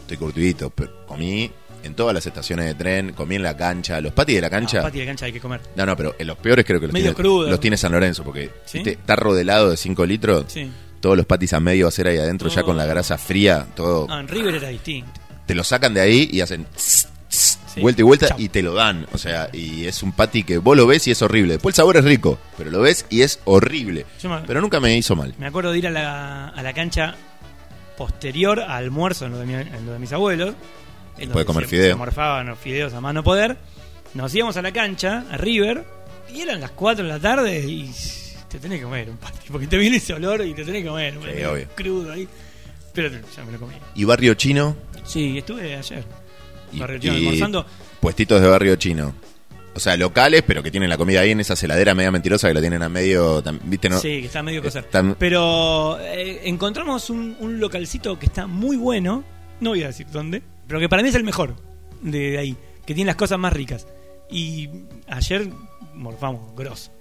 Speaker 2: estoy curtidito. Pero comí en todas las estaciones de tren, comí en la cancha. Los patis de la cancha.
Speaker 5: Ah, pati de cancha hay que comer.
Speaker 2: No, no, pero en los peores creo que los,
Speaker 5: Medio
Speaker 2: tiene,
Speaker 5: crudo.
Speaker 2: los tiene San Lorenzo, porque
Speaker 5: ¿Sí?
Speaker 2: viste, está rodelado de 5 litros,
Speaker 5: Sí.
Speaker 2: todos los patis a medio hacer ahí adentro, ya
Speaker 5: Oh.
Speaker 2: con la grasa fría, todo.
Speaker 5: Ah, en River era distinto.
Speaker 2: Te lo sacan de ahí y hacen tss, tss,
Speaker 5: Sí.
Speaker 2: vuelta y vuelta
Speaker 5: Chau.
Speaker 2: y te lo dan. O sea, y es un pati que vos lo ves y es horrible. Después el sabor es rico, pero lo ves y es horrible.
Speaker 5: Yo me-
Speaker 2: Pero nunca me hizo mal.
Speaker 5: Me acuerdo de ir a la, a la cancha posterior a almuerzo en lo de, mi- en lo de mis abuelos.
Speaker 2: Puede
Speaker 5: en donde
Speaker 2: comer
Speaker 5: se-
Speaker 2: fideo.
Speaker 5: se morfaban los fideos a mano poder. Nos íbamos a la cancha, a River, y eran las 4 de la tarde y te tenés que comer un pastel. Porque te viene ese olor y te tenés que comer.
Speaker 2: Sí,
Speaker 5: un
Speaker 2: obvio.
Speaker 5: Crudo ahí. Pero te- ya me lo comí.
Speaker 2: Y barrio chino.
Speaker 5: Sí, estuve ayer.
Speaker 2: Y,
Speaker 5: Barrio Chino,
Speaker 2: y
Speaker 5: almorzando.
Speaker 2: Puestitos de barrio chino. O sea, locales, pero que tienen la comida ahí en esa heladera media mentirosa que la tienen a medio. tam- ¿Viste? No, eh,
Speaker 5: Sí, que está medio cosa.
Speaker 2: Están-
Speaker 5: Pero eh, encontramos un, un localcito que está muy bueno. No voy a decir dónde. Pero que para mí es el mejor de, de ahí. Que tiene las cosas más ricas. Y ayer morfamos, grosso.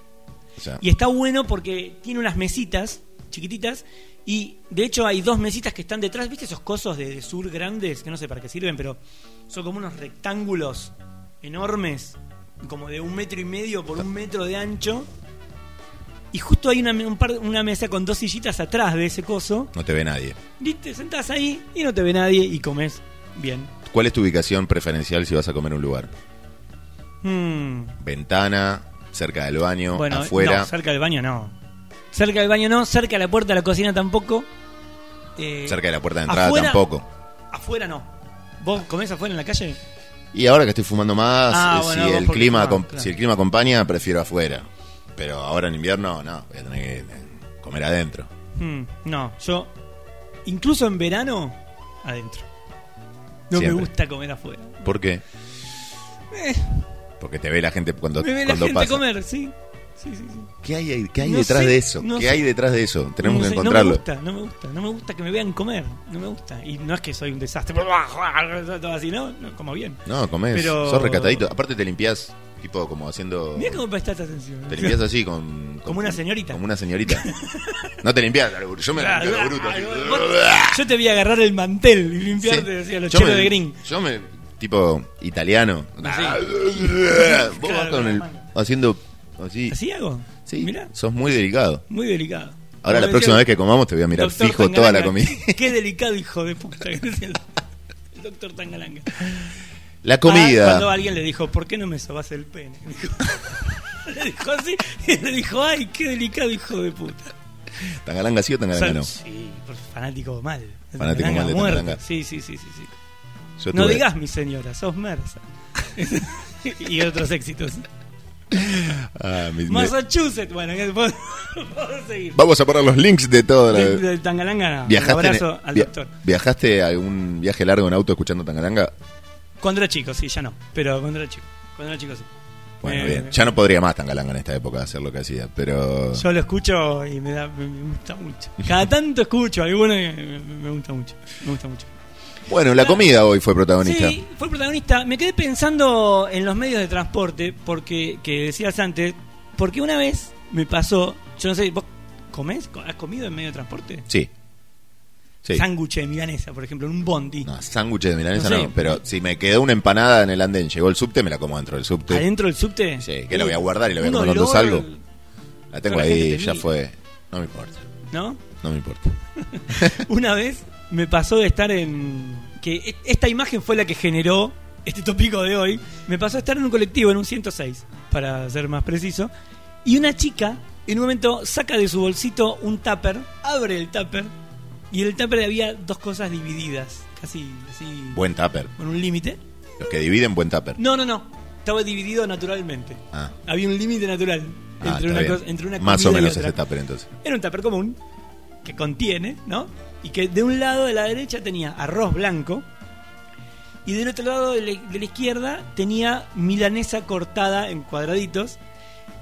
Speaker 2: o sea,
Speaker 5: Y está bueno porque tiene unas mesitas chiquititas. Y de hecho hay dos mesitas que están detrás. ¿Viste esos cosos de, de sur grandes? Que no sé para qué sirven, pero son como unos rectángulos enormes. Como de un metro y medio por un metro de ancho. Y justo hay una, me- un par- una mesa con dos sillitas atrás de ese coso.
Speaker 2: no te ve nadie.
Speaker 5: Y te sentás ahí y no te ve nadie y comes bien.
Speaker 2: ¿Cuál es tu ubicación preferencial si vas a comer en un lugar?
Speaker 5: Mm.
Speaker 2: Ventana, cerca del baño,
Speaker 5: Bueno,
Speaker 2: afuera.
Speaker 5: no, cerca del baño no. Cerca del baño no, cerca de la puerta de la cocina tampoco. Eh,
Speaker 2: cerca de la puerta de entrada
Speaker 5: afuera-
Speaker 2: tampoco.
Speaker 5: Afuera no. ¿Vos comés afuera en la calle?
Speaker 2: Y ahora que estoy fumando más,
Speaker 5: Ah,
Speaker 2: eh,
Speaker 5: bueno,
Speaker 2: si,
Speaker 5: vos
Speaker 2: el
Speaker 5: porque
Speaker 2: clima,
Speaker 5: fumás,
Speaker 2: acom-
Speaker 5: claro.
Speaker 2: si el clima acompaña, prefiero afuera. Pero ahora en invierno, no, voy a tener que eh, comer adentro.
Speaker 5: Mm, no, yo incluso en verano adentro. No me
Speaker 2: Siempre.
Speaker 5: gusta comer afuera.
Speaker 2: ¿Por qué? Porque te ve la gente cuando,
Speaker 5: Eh. Me ve la
Speaker 2: cuando
Speaker 5: gente
Speaker 2: pasa.
Speaker 5: comer, sí. Sí, sí, sí.
Speaker 2: ¿Qué hay, ahí- qué hay
Speaker 5: No
Speaker 2: detrás
Speaker 5: sé,
Speaker 2: de eso?
Speaker 5: no
Speaker 2: ¿Qué
Speaker 5: sé.
Speaker 2: hay detrás de eso? Tenemos
Speaker 5: No
Speaker 2: que
Speaker 5: sé,
Speaker 2: encontrarlo.
Speaker 5: No me gusta, no me gusta, no me gusta que me vean comer, no me gusta. Y no es que soy un desastre, todo así, no, no como bien.
Speaker 2: No, comés,
Speaker 5: Pero-
Speaker 2: sos recatadito. Aparte te limpias, tipo como haciendo...
Speaker 5: Mira cómo prestaste atención.
Speaker 2: Te limpias así con, con-
Speaker 5: Como una señorita.
Speaker 2: Como una señorita. No te limpias, yo me la limpio a lo bruto. así.
Speaker 5: Vos- Yo te vi agarrar el mantel y limpiarte,
Speaker 2: Sí.
Speaker 5: decía, los
Speaker 2: Yo
Speaker 5: chelos
Speaker 2: me-
Speaker 5: de green.
Speaker 2: Yo me tipo italiano. Ah, Vos vas
Speaker 5: Claro,
Speaker 2: con el
Speaker 5: mano.
Speaker 2: haciendo así.
Speaker 5: ¿Así hago?
Speaker 2: Sí,
Speaker 5: Mirá,
Speaker 2: sos muy delicado.
Speaker 5: muy delicado.
Speaker 2: Ahora la
Speaker 5: Como
Speaker 2: próxima
Speaker 5: decía-
Speaker 2: vez que comamos te voy a mirar
Speaker 5: Doctor
Speaker 2: fijo toda la
Speaker 5: Tangalanga.
Speaker 2: comida.
Speaker 5: Qué delicado hijo de puta que es el, el doctor Tangalanga.
Speaker 2: La
Speaker 5: Ah,
Speaker 2: comida.
Speaker 5: cuando alguien le dijo, ¿por qué no me sobas el pene? Dijo- le dijo así y le dijo, ay, qué delicado hijo de puta.
Speaker 2: Tangalanga sí o
Speaker 5: O
Speaker 2: tangalanga
Speaker 5: sea,
Speaker 2: Ah, no.
Speaker 5: Sí, por fanático mal.
Speaker 2: Fanático mal de Tangalanga.
Speaker 5: Sí, sí, sí, sí, sí.
Speaker 2: Yo
Speaker 5: No
Speaker 2: tuve-
Speaker 5: digas mi señora, sos Mersa. y otros éxitos.
Speaker 2: Ah, mi- me-
Speaker 5: Massachusetts, bueno, que puedo, puedo seguir.
Speaker 2: Vamos a poner los links de todo. la-
Speaker 5: De- de Tangalanga, un
Speaker 2: ¿Viajaste, en-
Speaker 5: abrazo al
Speaker 2: via-
Speaker 5: doctor.
Speaker 2: ¿Viajaste a algún viaje largo en auto escuchando Tangalanga?
Speaker 5: Cuando era chico, sí, ya no. Pero cuando era chico. Cuando era chico, sí.
Speaker 2: Bueno,
Speaker 5: Eh,
Speaker 2: bien. Ya no podría más Tangalanga en esta época hacer lo que hacía, pero...
Speaker 5: Yo lo escucho y me, da, me- me gusta mucho. Cada tanto escucho alguno y me, me gusta mucho. Me gusta mucho.
Speaker 2: Bueno, la comida hoy fue protagonista.
Speaker 5: Sí, fue el protagonista. Me quedé pensando en los medios de transporte, porque que decías antes, porque una vez me pasó, yo no sé, ¿vos comés? ¿Has comido en medio de transporte?
Speaker 2: Sí. Sí.
Speaker 5: Sándwich de milanesa, por ejemplo, en un bondi.
Speaker 2: No, sándwiches de milanesa
Speaker 5: No
Speaker 2: no,
Speaker 5: sé.
Speaker 2: pero si me quedó una empanada en el andén, llegó el subte, me la como dentro del subte.
Speaker 5: Adentro del subte.
Speaker 2: Sí, que la voy a guardar y la voy a
Speaker 5: Un
Speaker 2: comer cuando
Speaker 5: olor,
Speaker 2: salgo. La tengo
Speaker 5: Toda la
Speaker 2: ahí,
Speaker 5: gente te
Speaker 2: ya
Speaker 5: mira.
Speaker 2: fue. No me importa,
Speaker 5: ¿No?
Speaker 2: no me importa.
Speaker 5: Una vez me pasó de estar en. que e- esta imagen fue la que generó este tópico de hoy. Me pasó de estar en un colectivo, en un 106, para ser más preciso. Y una chica, en un momento, saca de su bolsito un tupper, abre el tupper, y en el tupper había dos cosas divididas, casi así.
Speaker 2: Buen tupper.
Speaker 5: con un límite.
Speaker 2: Los que dividen, buen tupper.
Speaker 5: No, no, no. Estaba dividido naturalmente.
Speaker 2: Ah,
Speaker 5: Había un límite natural
Speaker 2: ah,
Speaker 5: entre,
Speaker 2: está
Speaker 5: una
Speaker 2: bien.
Speaker 5: cosa- entre una
Speaker 2: Más o
Speaker 5: comida y
Speaker 2: menos
Speaker 5: otra.
Speaker 2: ese tupper entonces.
Speaker 5: Era un tupper común que contiene, ¿no? Y que de un lado de la derecha tenía arroz blanco y del otro lado de la, de la izquierda tenía milanesa cortada en cuadraditos.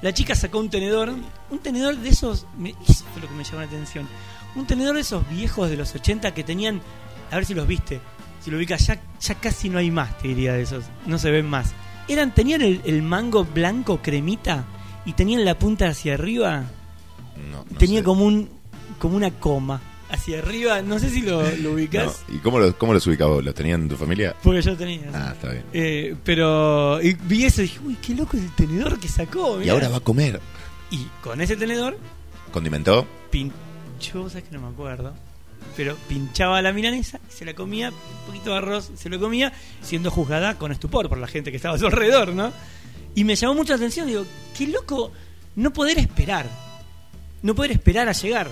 Speaker 5: La chica sacó un tenedor, un tenedor de esos, me- eso fue lo que me llamó la atención, un tenedor de esos viejos de los 80 que tenían, a ver si los viste, si lo ubicas, ya, ya casi no hay más, te diría de esos, no se ven más. Eran, tenían el, el mango blanco cremita y tenían la punta hacia arriba,
Speaker 2: No, no
Speaker 5: tenía
Speaker 2: sé.
Speaker 5: como un como una coma hacia arriba no sé si lo,
Speaker 2: No,
Speaker 5: lo ubicás
Speaker 2: ¿Y cómo los, cómo los ubicabas? vos? ¿Los tenían en tu familia?
Speaker 5: porque yo tenía
Speaker 2: Ah, está bien.
Speaker 5: Eh, pero y vi eso y dije uy qué loco es el tenedor que sacó
Speaker 2: Y
Speaker 5: mirá".
Speaker 2: ahora va a comer.
Speaker 5: y con ese tenedor
Speaker 2: ¿Condimentó?
Speaker 5: pinchó sabes que no me acuerdo pero pinchaba la milanesa y se la comía un poquito de arroz se lo comía siendo juzgada con estupor por la gente que estaba a su alrededor no y me llamó mucha atención digo qué loco no poder esperar no poder esperar a llegar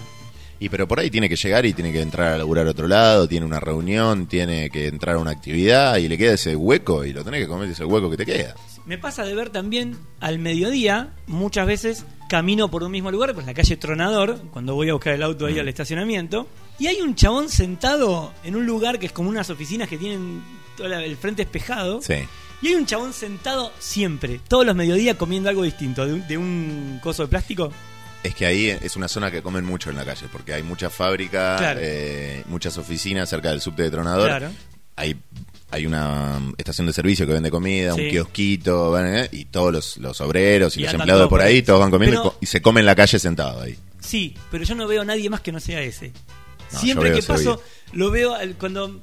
Speaker 2: Y pero por ahí tiene que llegar y tiene que entrar a laburar a otro lado, tiene una reunión, tiene que entrar a una actividad y le queda ese hueco y lo tenés que comer ese hueco que te queda.
Speaker 5: Me pasa de ver también al mediodía, muchas veces camino por un mismo lugar, pues la calle Tronador, cuando voy a buscar el auto ahí al estacionamiento, y hay un chabón sentado en un lugar que es como unas oficinas que tienen todo la- el frente espejado,
Speaker 2: Sí.
Speaker 5: y hay un chabón sentado siempre, todos los mediodías comiendo algo distinto, de un, de un coso de plástico.
Speaker 2: Es que ahí es una zona que comen mucho en la calle, porque hay muchas fábricas,
Speaker 5: Claro.
Speaker 2: eh, muchas oficinas cerca del subte de Tronador.
Speaker 5: Claro.
Speaker 2: Hay, hay una um, estación de servicio que vende comida, un
Speaker 5: Sí.
Speaker 2: kiosquito, van, eh, y todos los, los obreros y,
Speaker 5: Y
Speaker 2: los
Speaker 5: andan
Speaker 2: empleados
Speaker 5: todos
Speaker 2: por
Speaker 5: por
Speaker 2: ahí,
Speaker 5: ahí.
Speaker 2: todos van comiendo y,
Speaker 5: Pero-
Speaker 2: co- y se comen en la calle sentado ahí.
Speaker 5: Sí, pero yo no veo a nadie más que no sea ese.
Speaker 2: No,
Speaker 5: Siempre
Speaker 2: yo veo
Speaker 5: que
Speaker 2: ese
Speaker 5: paso, lo veo al- cuando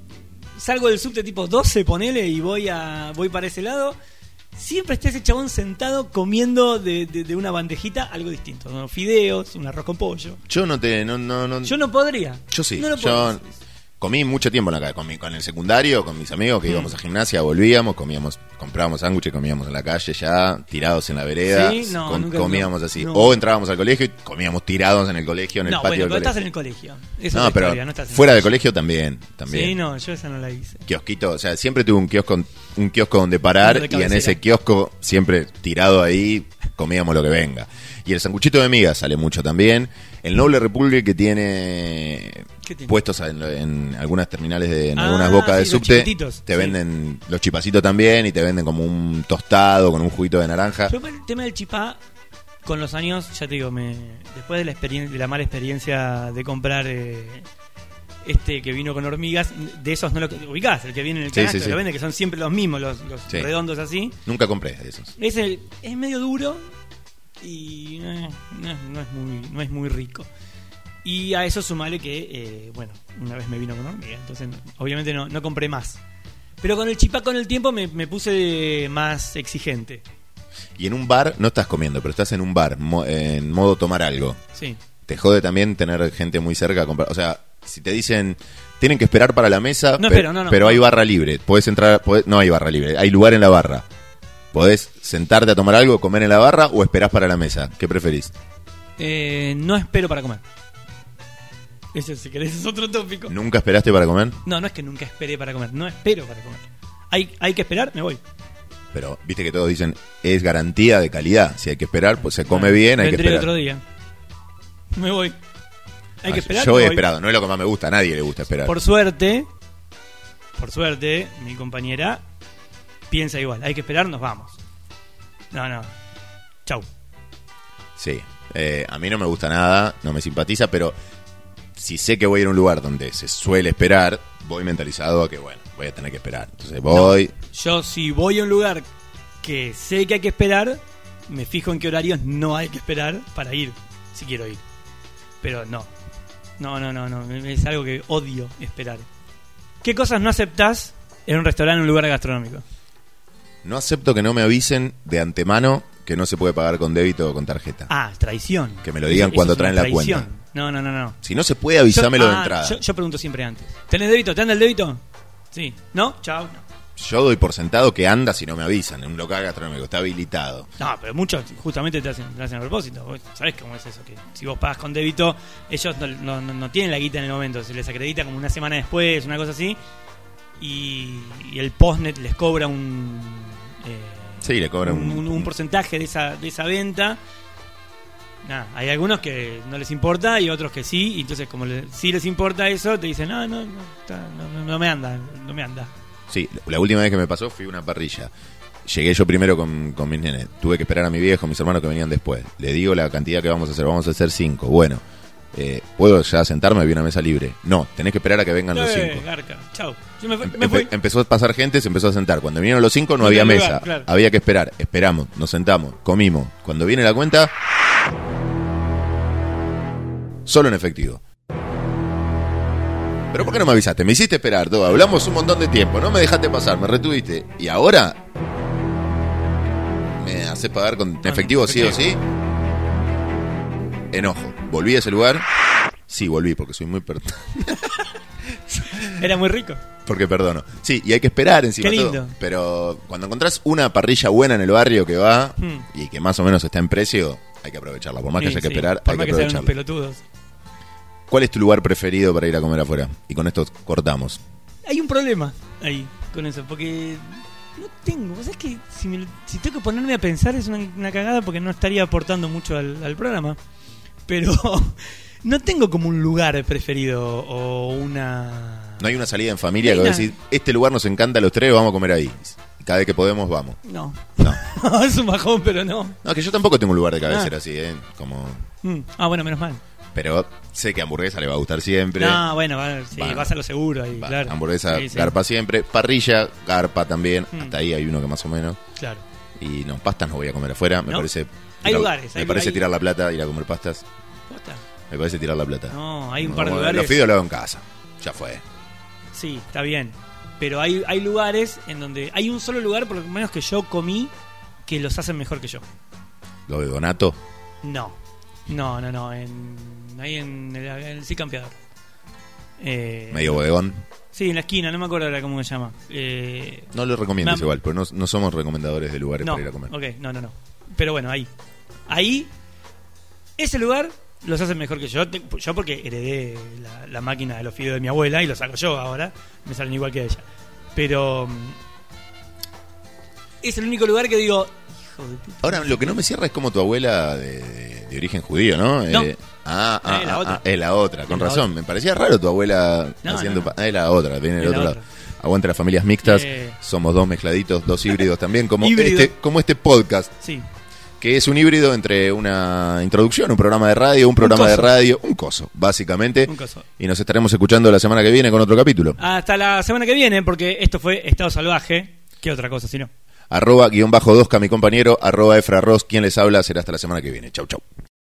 Speaker 5: salgo del subte tipo 12, ponele, y voy a voy para ese lado. Siempre está ese chabón sentado comiendo de, de- de una bandejita algo distinto. Unos fideos, un arroz con pollo.
Speaker 2: Yo no te. No, no, no,
Speaker 5: Yo no podría.
Speaker 2: Yo sí.
Speaker 5: No lo puedo
Speaker 2: yo
Speaker 5: hacer eso.
Speaker 2: comí mucho tiempo en la calle. Con, mi- con el secundario, con mis amigos que
Speaker 5: Mm.
Speaker 2: íbamos a gimnasia, volvíamos, comíamos, comprábamos sándwiches, comíamos en la calle ya, tirados en la vereda.
Speaker 5: Sí, no,
Speaker 2: con-
Speaker 5: nunca-
Speaker 2: comíamos
Speaker 5: no,
Speaker 2: así.
Speaker 5: no.
Speaker 2: O entrábamos al colegio y comíamos tirados en el colegio, en el
Speaker 5: No, bueno,
Speaker 2: patio
Speaker 5: pero
Speaker 2: del
Speaker 5: estás
Speaker 2: colegio.
Speaker 5: en el colegio. Esa
Speaker 2: no,
Speaker 5: es la
Speaker 2: pero
Speaker 5: historia, no estás en el
Speaker 2: fuera del colegio también. también.
Speaker 5: Sí, no, yo esa no la hice.
Speaker 2: Kiosquito, o sea, siempre tuve un kiosco, un kiosco donde parar
Speaker 5: Uno
Speaker 2: y
Speaker 5: de
Speaker 2: en
Speaker 5: cabecera.
Speaker 2: ese kiosco, siempre tirado ahí, comíamos lo que venga. Y el sanguchito de migas sale mucho también. El Noble Republic que tiene,
Speaker 5: ¿Qué tiene?
Speaker 2: puestos en, en algunas terminales, de, en
Speaker 5: Ah,
Speaker 2: algunas bocas
Speaker 5: sí,
Speaker 2: de
Speaker 5: los
Speaker 2: subte, te
Speaker 5: chiquititos, sí.
Speaker 2: venden los chipacitos también y te venden como un tostado con un juguito de naranja.
Speaker 5: Yo el tema del chipá, con los años, ya te digo, me, después de la, experien- de la mala experiencia de comprar eh, este que vino con hormigas, de esos no lo ubicás, el que viene en el
Speaker 2: Sí,
Speaker 5: canasto,
Speaker 2: sí,
Speaker 5: que
Speaker 2: sí.
Speaker 5: lo vende, que son siempre los mismos, los, los
Speaker 2: Sí.
Speaker 5: redondos así.
Speaker 2: Nunca compré de esos.
Speaker 5: Es, el, es medio duro y no, es- no es- no es muy, no es muy rico. Y a eso sumale que, eh, bueno, una vez me vino con hormiga, entonces no- obviamente no, no compré más. Pero con el chipá con el tiempo me, me puse más exigente.
Speaker 2: Y en un bar, no estás comiendo, pero estás en un bar, mo- en modo tomar algo.
Speaker 5: Sí.
Speaker 2: te jode también tener gente muy cerca. a comprar. O sea, si te dicen, tienen que esperar para la mesa,
Speaker 5: No,
Speaker 2: pe-
Speaker 5: pero no, no.
Speaker 2: hay barra libre. Podés entrar, podés- no hay barra libre, hay lugar en la barra. Podés sentarte a tomar algo, comer en la barra o esperás para la mesa. ¿Qué preferís?
Speaker 5: Eh, no espero para comer. Ese, si querés, es otro tópico. No.
Speaker 2: ¿Nunca esperaste para comer?
Speaker 5: no, es que nunca esperé para comer. No espero para comer. Hay, hay que esperar, me voy.
Speaker 2: Pero viste que todos dicen, es garantía de calidad. Si hay que esperar, pues se come bien, hay que
Speaker 5: Vendré
Speaker 2: esperar.
Speaker 5: otro día. Me voy. Hay
Speaker 2: Ah,
Speaker 5: que esperar.
Speaker 2: Yo
Speaker 5: me
Speaker 2: he
Speaker 5: voy.
Speaker 2: esperado, no es lo que más me gusta, a nadie le gusta esperar.
Speaker 5: Por suerte, por suerte, mi compañera piensa igual. Hay que esperar, nos vamos. No, no. Chau.
Speaker 2: Sí. Eh, a mí no me gusta nada, no me simpatiza, pero si sé que voy a ir a un lugar donde se suele esperar, voy mentalizado a que, bueno, voy a tener que esperar. Entonces voy.
Speaker 5: Yo si voy a un lugar que sé que hay que esperar, me fijo en qué horarios no hay que esperar para ir, si quiero ir. Pero no. No, no, no, no. Es algo que odio esperar. ¿Qué cosas no aceptás en un restaurante, en un lugar gastronómico?
Speaker 2: No acepto que no me avisen de antemano que no se puede pagar con débito o con tarjeta.
Speaker 5: Ah, traición.
Speaker 2: Que me lo digan
Speaker 5: Eso
Speaker 2: cuando
Speaker 5: es una
Speaker 2: traen la
Speaker 5: traición.
Speaker 2: cuenta.
Speaker 5: No, no, no, no.
Speaker 2: Si no se puede, avísamelo
Speaker 5: Yo-
Speaker 2: de
Speaker 5: ah,
Speaker 2: entrada.
Speaker 5: Yo,
Speaker 2: Yo,
Speaker 5: yo pregunto siempre antes. ¿Tenés débito? ¿Te anda el débito? Sí. ¿No? Chao.
Speaker 2: doy por sentado que anda si no me avisan. En un local gastronómico está habilitado.
Speaker 5: No, pero muchos justamente te hacen, te hacen a propósito. Vos sabés cómo es eso, que si vos pagas con débito, ellos no, no- no- no tienen la guita en el momento, se les acredita como una semana después, una cosa así, y, y el postnet les cobra un, eh,
Speaker 2: Sí, le cobran
Speaker 5: un, un- un porcentaje de esa, de esa venta. Nada, hay algunos que no les importa y otros que sí, y entonces como le- sí les importa eso, te dicen, no, no, no, está- no- no- no me anda, no me anda.
Speaker 2: Sí, la última vez que me pasó fui a una parrilla. Llegué yo primero con, con mis nenes. Tuve que esperar a mi viejo, mis hermanos que venían después. Le digo la cantidad que vamos a hacer. Vamos a hacer cinco. Bueno, eh, ¿puedo ya sentarme? Vi una mesa libre. No, tenés que esperar a que vengan los
Speaker 5: Eh,
Speaker 2: cinco. Em,
Speaker 5: garca, chau. Yo me, fu-
Speaker 2: Empe-
Speaker 5: me fui.
Speaker 2: empezó a pasar gente, se empezó a sentar. Cuando vinieron los cinco no,
Speaker 5: No
Speaker 2: había
Speaker 5: había
Speaker 2: mesa.
Speaker 5: lugar, claro.
Speaker 2: Había que esperar. Esperamos, nos sentamos, comimos. Cuando viene la cuenta... Solo en efectivo. Pero ¿por qué no me avisaste? Me hiciste esperar, todo. Hablamos un montón de tiempo. No me dejaste pasar, me retuviste. Y ahora... ¿Me haces pagar con efectivo sí o sí? Enojo. ¿Volví a ese lugar? Sí, volví porque soy muy... per- em.
Speaker 5: Era muy rico.
Speaker 2: Porque perdono. Sí, y hay que esperar encima
Speaker 5: Qué
Speaker 2: de todo.
Speaker 5: lindo.
Speaker 2: Pero cuando encontrás una parrilla buena en el barrio que va
Speaker 5: Hmm.
Speaker 2: y que más o menos está en precio, hay que aprovecharla. Por más que
Speaker 5: Sí,
Speaker 2: haya que
Speaker 5: sí,
Speaker 2: esperar,
Speaker 5: por
Speaker 2: hay que
Speaker 5: más que sean unos
Speaker 2: aprovecharla.
Speaker 5: pelotudos.
Speaker 2: ¿Cuál es tu lugar preferido para ir a comer afuera? Y con esto cortamos.
Speaker 5: Hay un problema ahí con eso, porque no tengo. ¿Vos sabés que si, me- si tengo que ponerme a pensar es una, una cagada porque no estaría aportando mucho al, al programa? Pero no tengo como un lugar preferido o una.
Speaker 2: No hay una salida en familia
Speaker 5: No
Speaker 2: que
Speaker 5: hay
Speaker 2: vos
Speaker 5: nada.
Speaker 2: decís, este lugar nos encanta a los tres, vamos a comer ahí. Y Cada vez que podemos, vamos.
Speaker 5: No.
Speaker 2: No.
Speaker 5: es un bajón, pero no.
Speaker 2: No, que yo tampoco tengo un lugar de cabecera
Speaker 5: Ah.
Speaker 2: así, ¿eh? Como...
Speaker 5: Mm. Ah, bueno, menos mal.
Speaker 2: Pero sé que hamburguesa le va a gustar siempre.
Speaker 5: No, bueno, va- sí,
Speaker 2: Bueno.
Speaker 5: vas a lo seguro ahí,
Speaker 2: Va,
Speaker 5: claro.
Speaker 2: Hamburguesa,
Speaker 5: Sí, sí,
Speaker 2: garpa siempre. Parrilla, garpa también.
Speaker 5: Hmm.
Speaker 2: Hasta ahí hay uno que más o menos.
Speaker 5: Claro.
Speaker 2: Y no, pastas no voy a comer afuera. Me
Speaker 5: ¿No?
Speaker 2: parece.
Speaker 5: Hay
Speaker 2: tirar-
Speaker 5: lugares,
Speaker 2: Me
Speaker 5: hay-
Speaker 2: parece
Speaker 5: hay-
Speaker 2: tirar la plata, ir a comer pastas.
Speaker 5: Posta.
Speaker 2: Me parece tirar la plata.
Speaker 5: No, hay un
Speaker 2: No,
Speaker 5: par de
Speaker 2: bueno,
Speaker 5: lugares.
Speaker 2: Los fideos lo hago en casa. Ya fue.
Speaker 5: Sí, está bien. Pero hay, hay lugares en donde. Hay un solo lugar, por lo menos que yo comí, que los hacen mejor que yo.
Speaker 2: Lo de Donato.
Speaker 5: No. No, no, no. En, ahí en el, en el sí campeador. Eh,
Speaker 2: Medio bodegón.
Speaker 5: Sí, en la esquina, no me acuerdo ahora cómo se llama. Eh,
Speaker 2: No lo recomiendas
Speaker 5: Mam-
Speaker 2: igual, porque no, no somos recomendadores de lugares
Speaker 5: no,
Speaker 2: para ir a comer.
Speaker 5: ok, no, no, no. Pero bueno, ahí. Ahí, ese lugar los hacen mejor que yo. Te- Yo porque heredé la, la máquina de los fideos de mi abuela y los saco yo ahora. Me salen igual que ella. Pero mm, es el único lugar que digo, hijo de puta.
Speaker 2: Ahora, lo que no me cierra es como tu abuela de, de- de origen judío, ¿no?
Speaker 5: No.
Speaker 2: ah, ah,
Speaker 5: Es la
Speaker 2: ah,
Speaker 5: otra.
Speaker 2: ah, es la otra, con
Speaker 5: Es la
Speaker 2: razón. Me parecía raro tu abuela
Speaker 5: No,
Speaker 2: haciendo.
Speaker 5: no, no.
Speaker 2: pa- ah, es la otra, viene
Speaker 5: Es
Speaker 2: del
Speaker 5: la
Speaker 2: otro lado.
Speaker 5: otra.
Speaker 2: Aguante las familias mixtas.
Speaker 5: Eh.
Speaker 2: Somos dos mezcladitos, dos híbridos también, como,
Speaker 5: Híbrido.
Speaker 2: este, como este podcast.
Speaker 5: Sí,
Speaker 2: que es un híbrido entre una introducción, un programa de radio, un programa de
Speaker 5: coso.
Speaker 2: radio, un coso, básicamente.
Speaker 5: un caso.
Speaker 2: Y nos estaremos escuchando la semana que viene con otro capítulo.
Speaker 5: Hasta la semana que viene, porque esto fue Estado Salvaje. ¿Qué otra cosa si no?
Speaker 2: Arroba guión bajo dosca, mi compañero, arroba Efra Ross, quien les habla, será hasta la semana que viene. Chau, chau.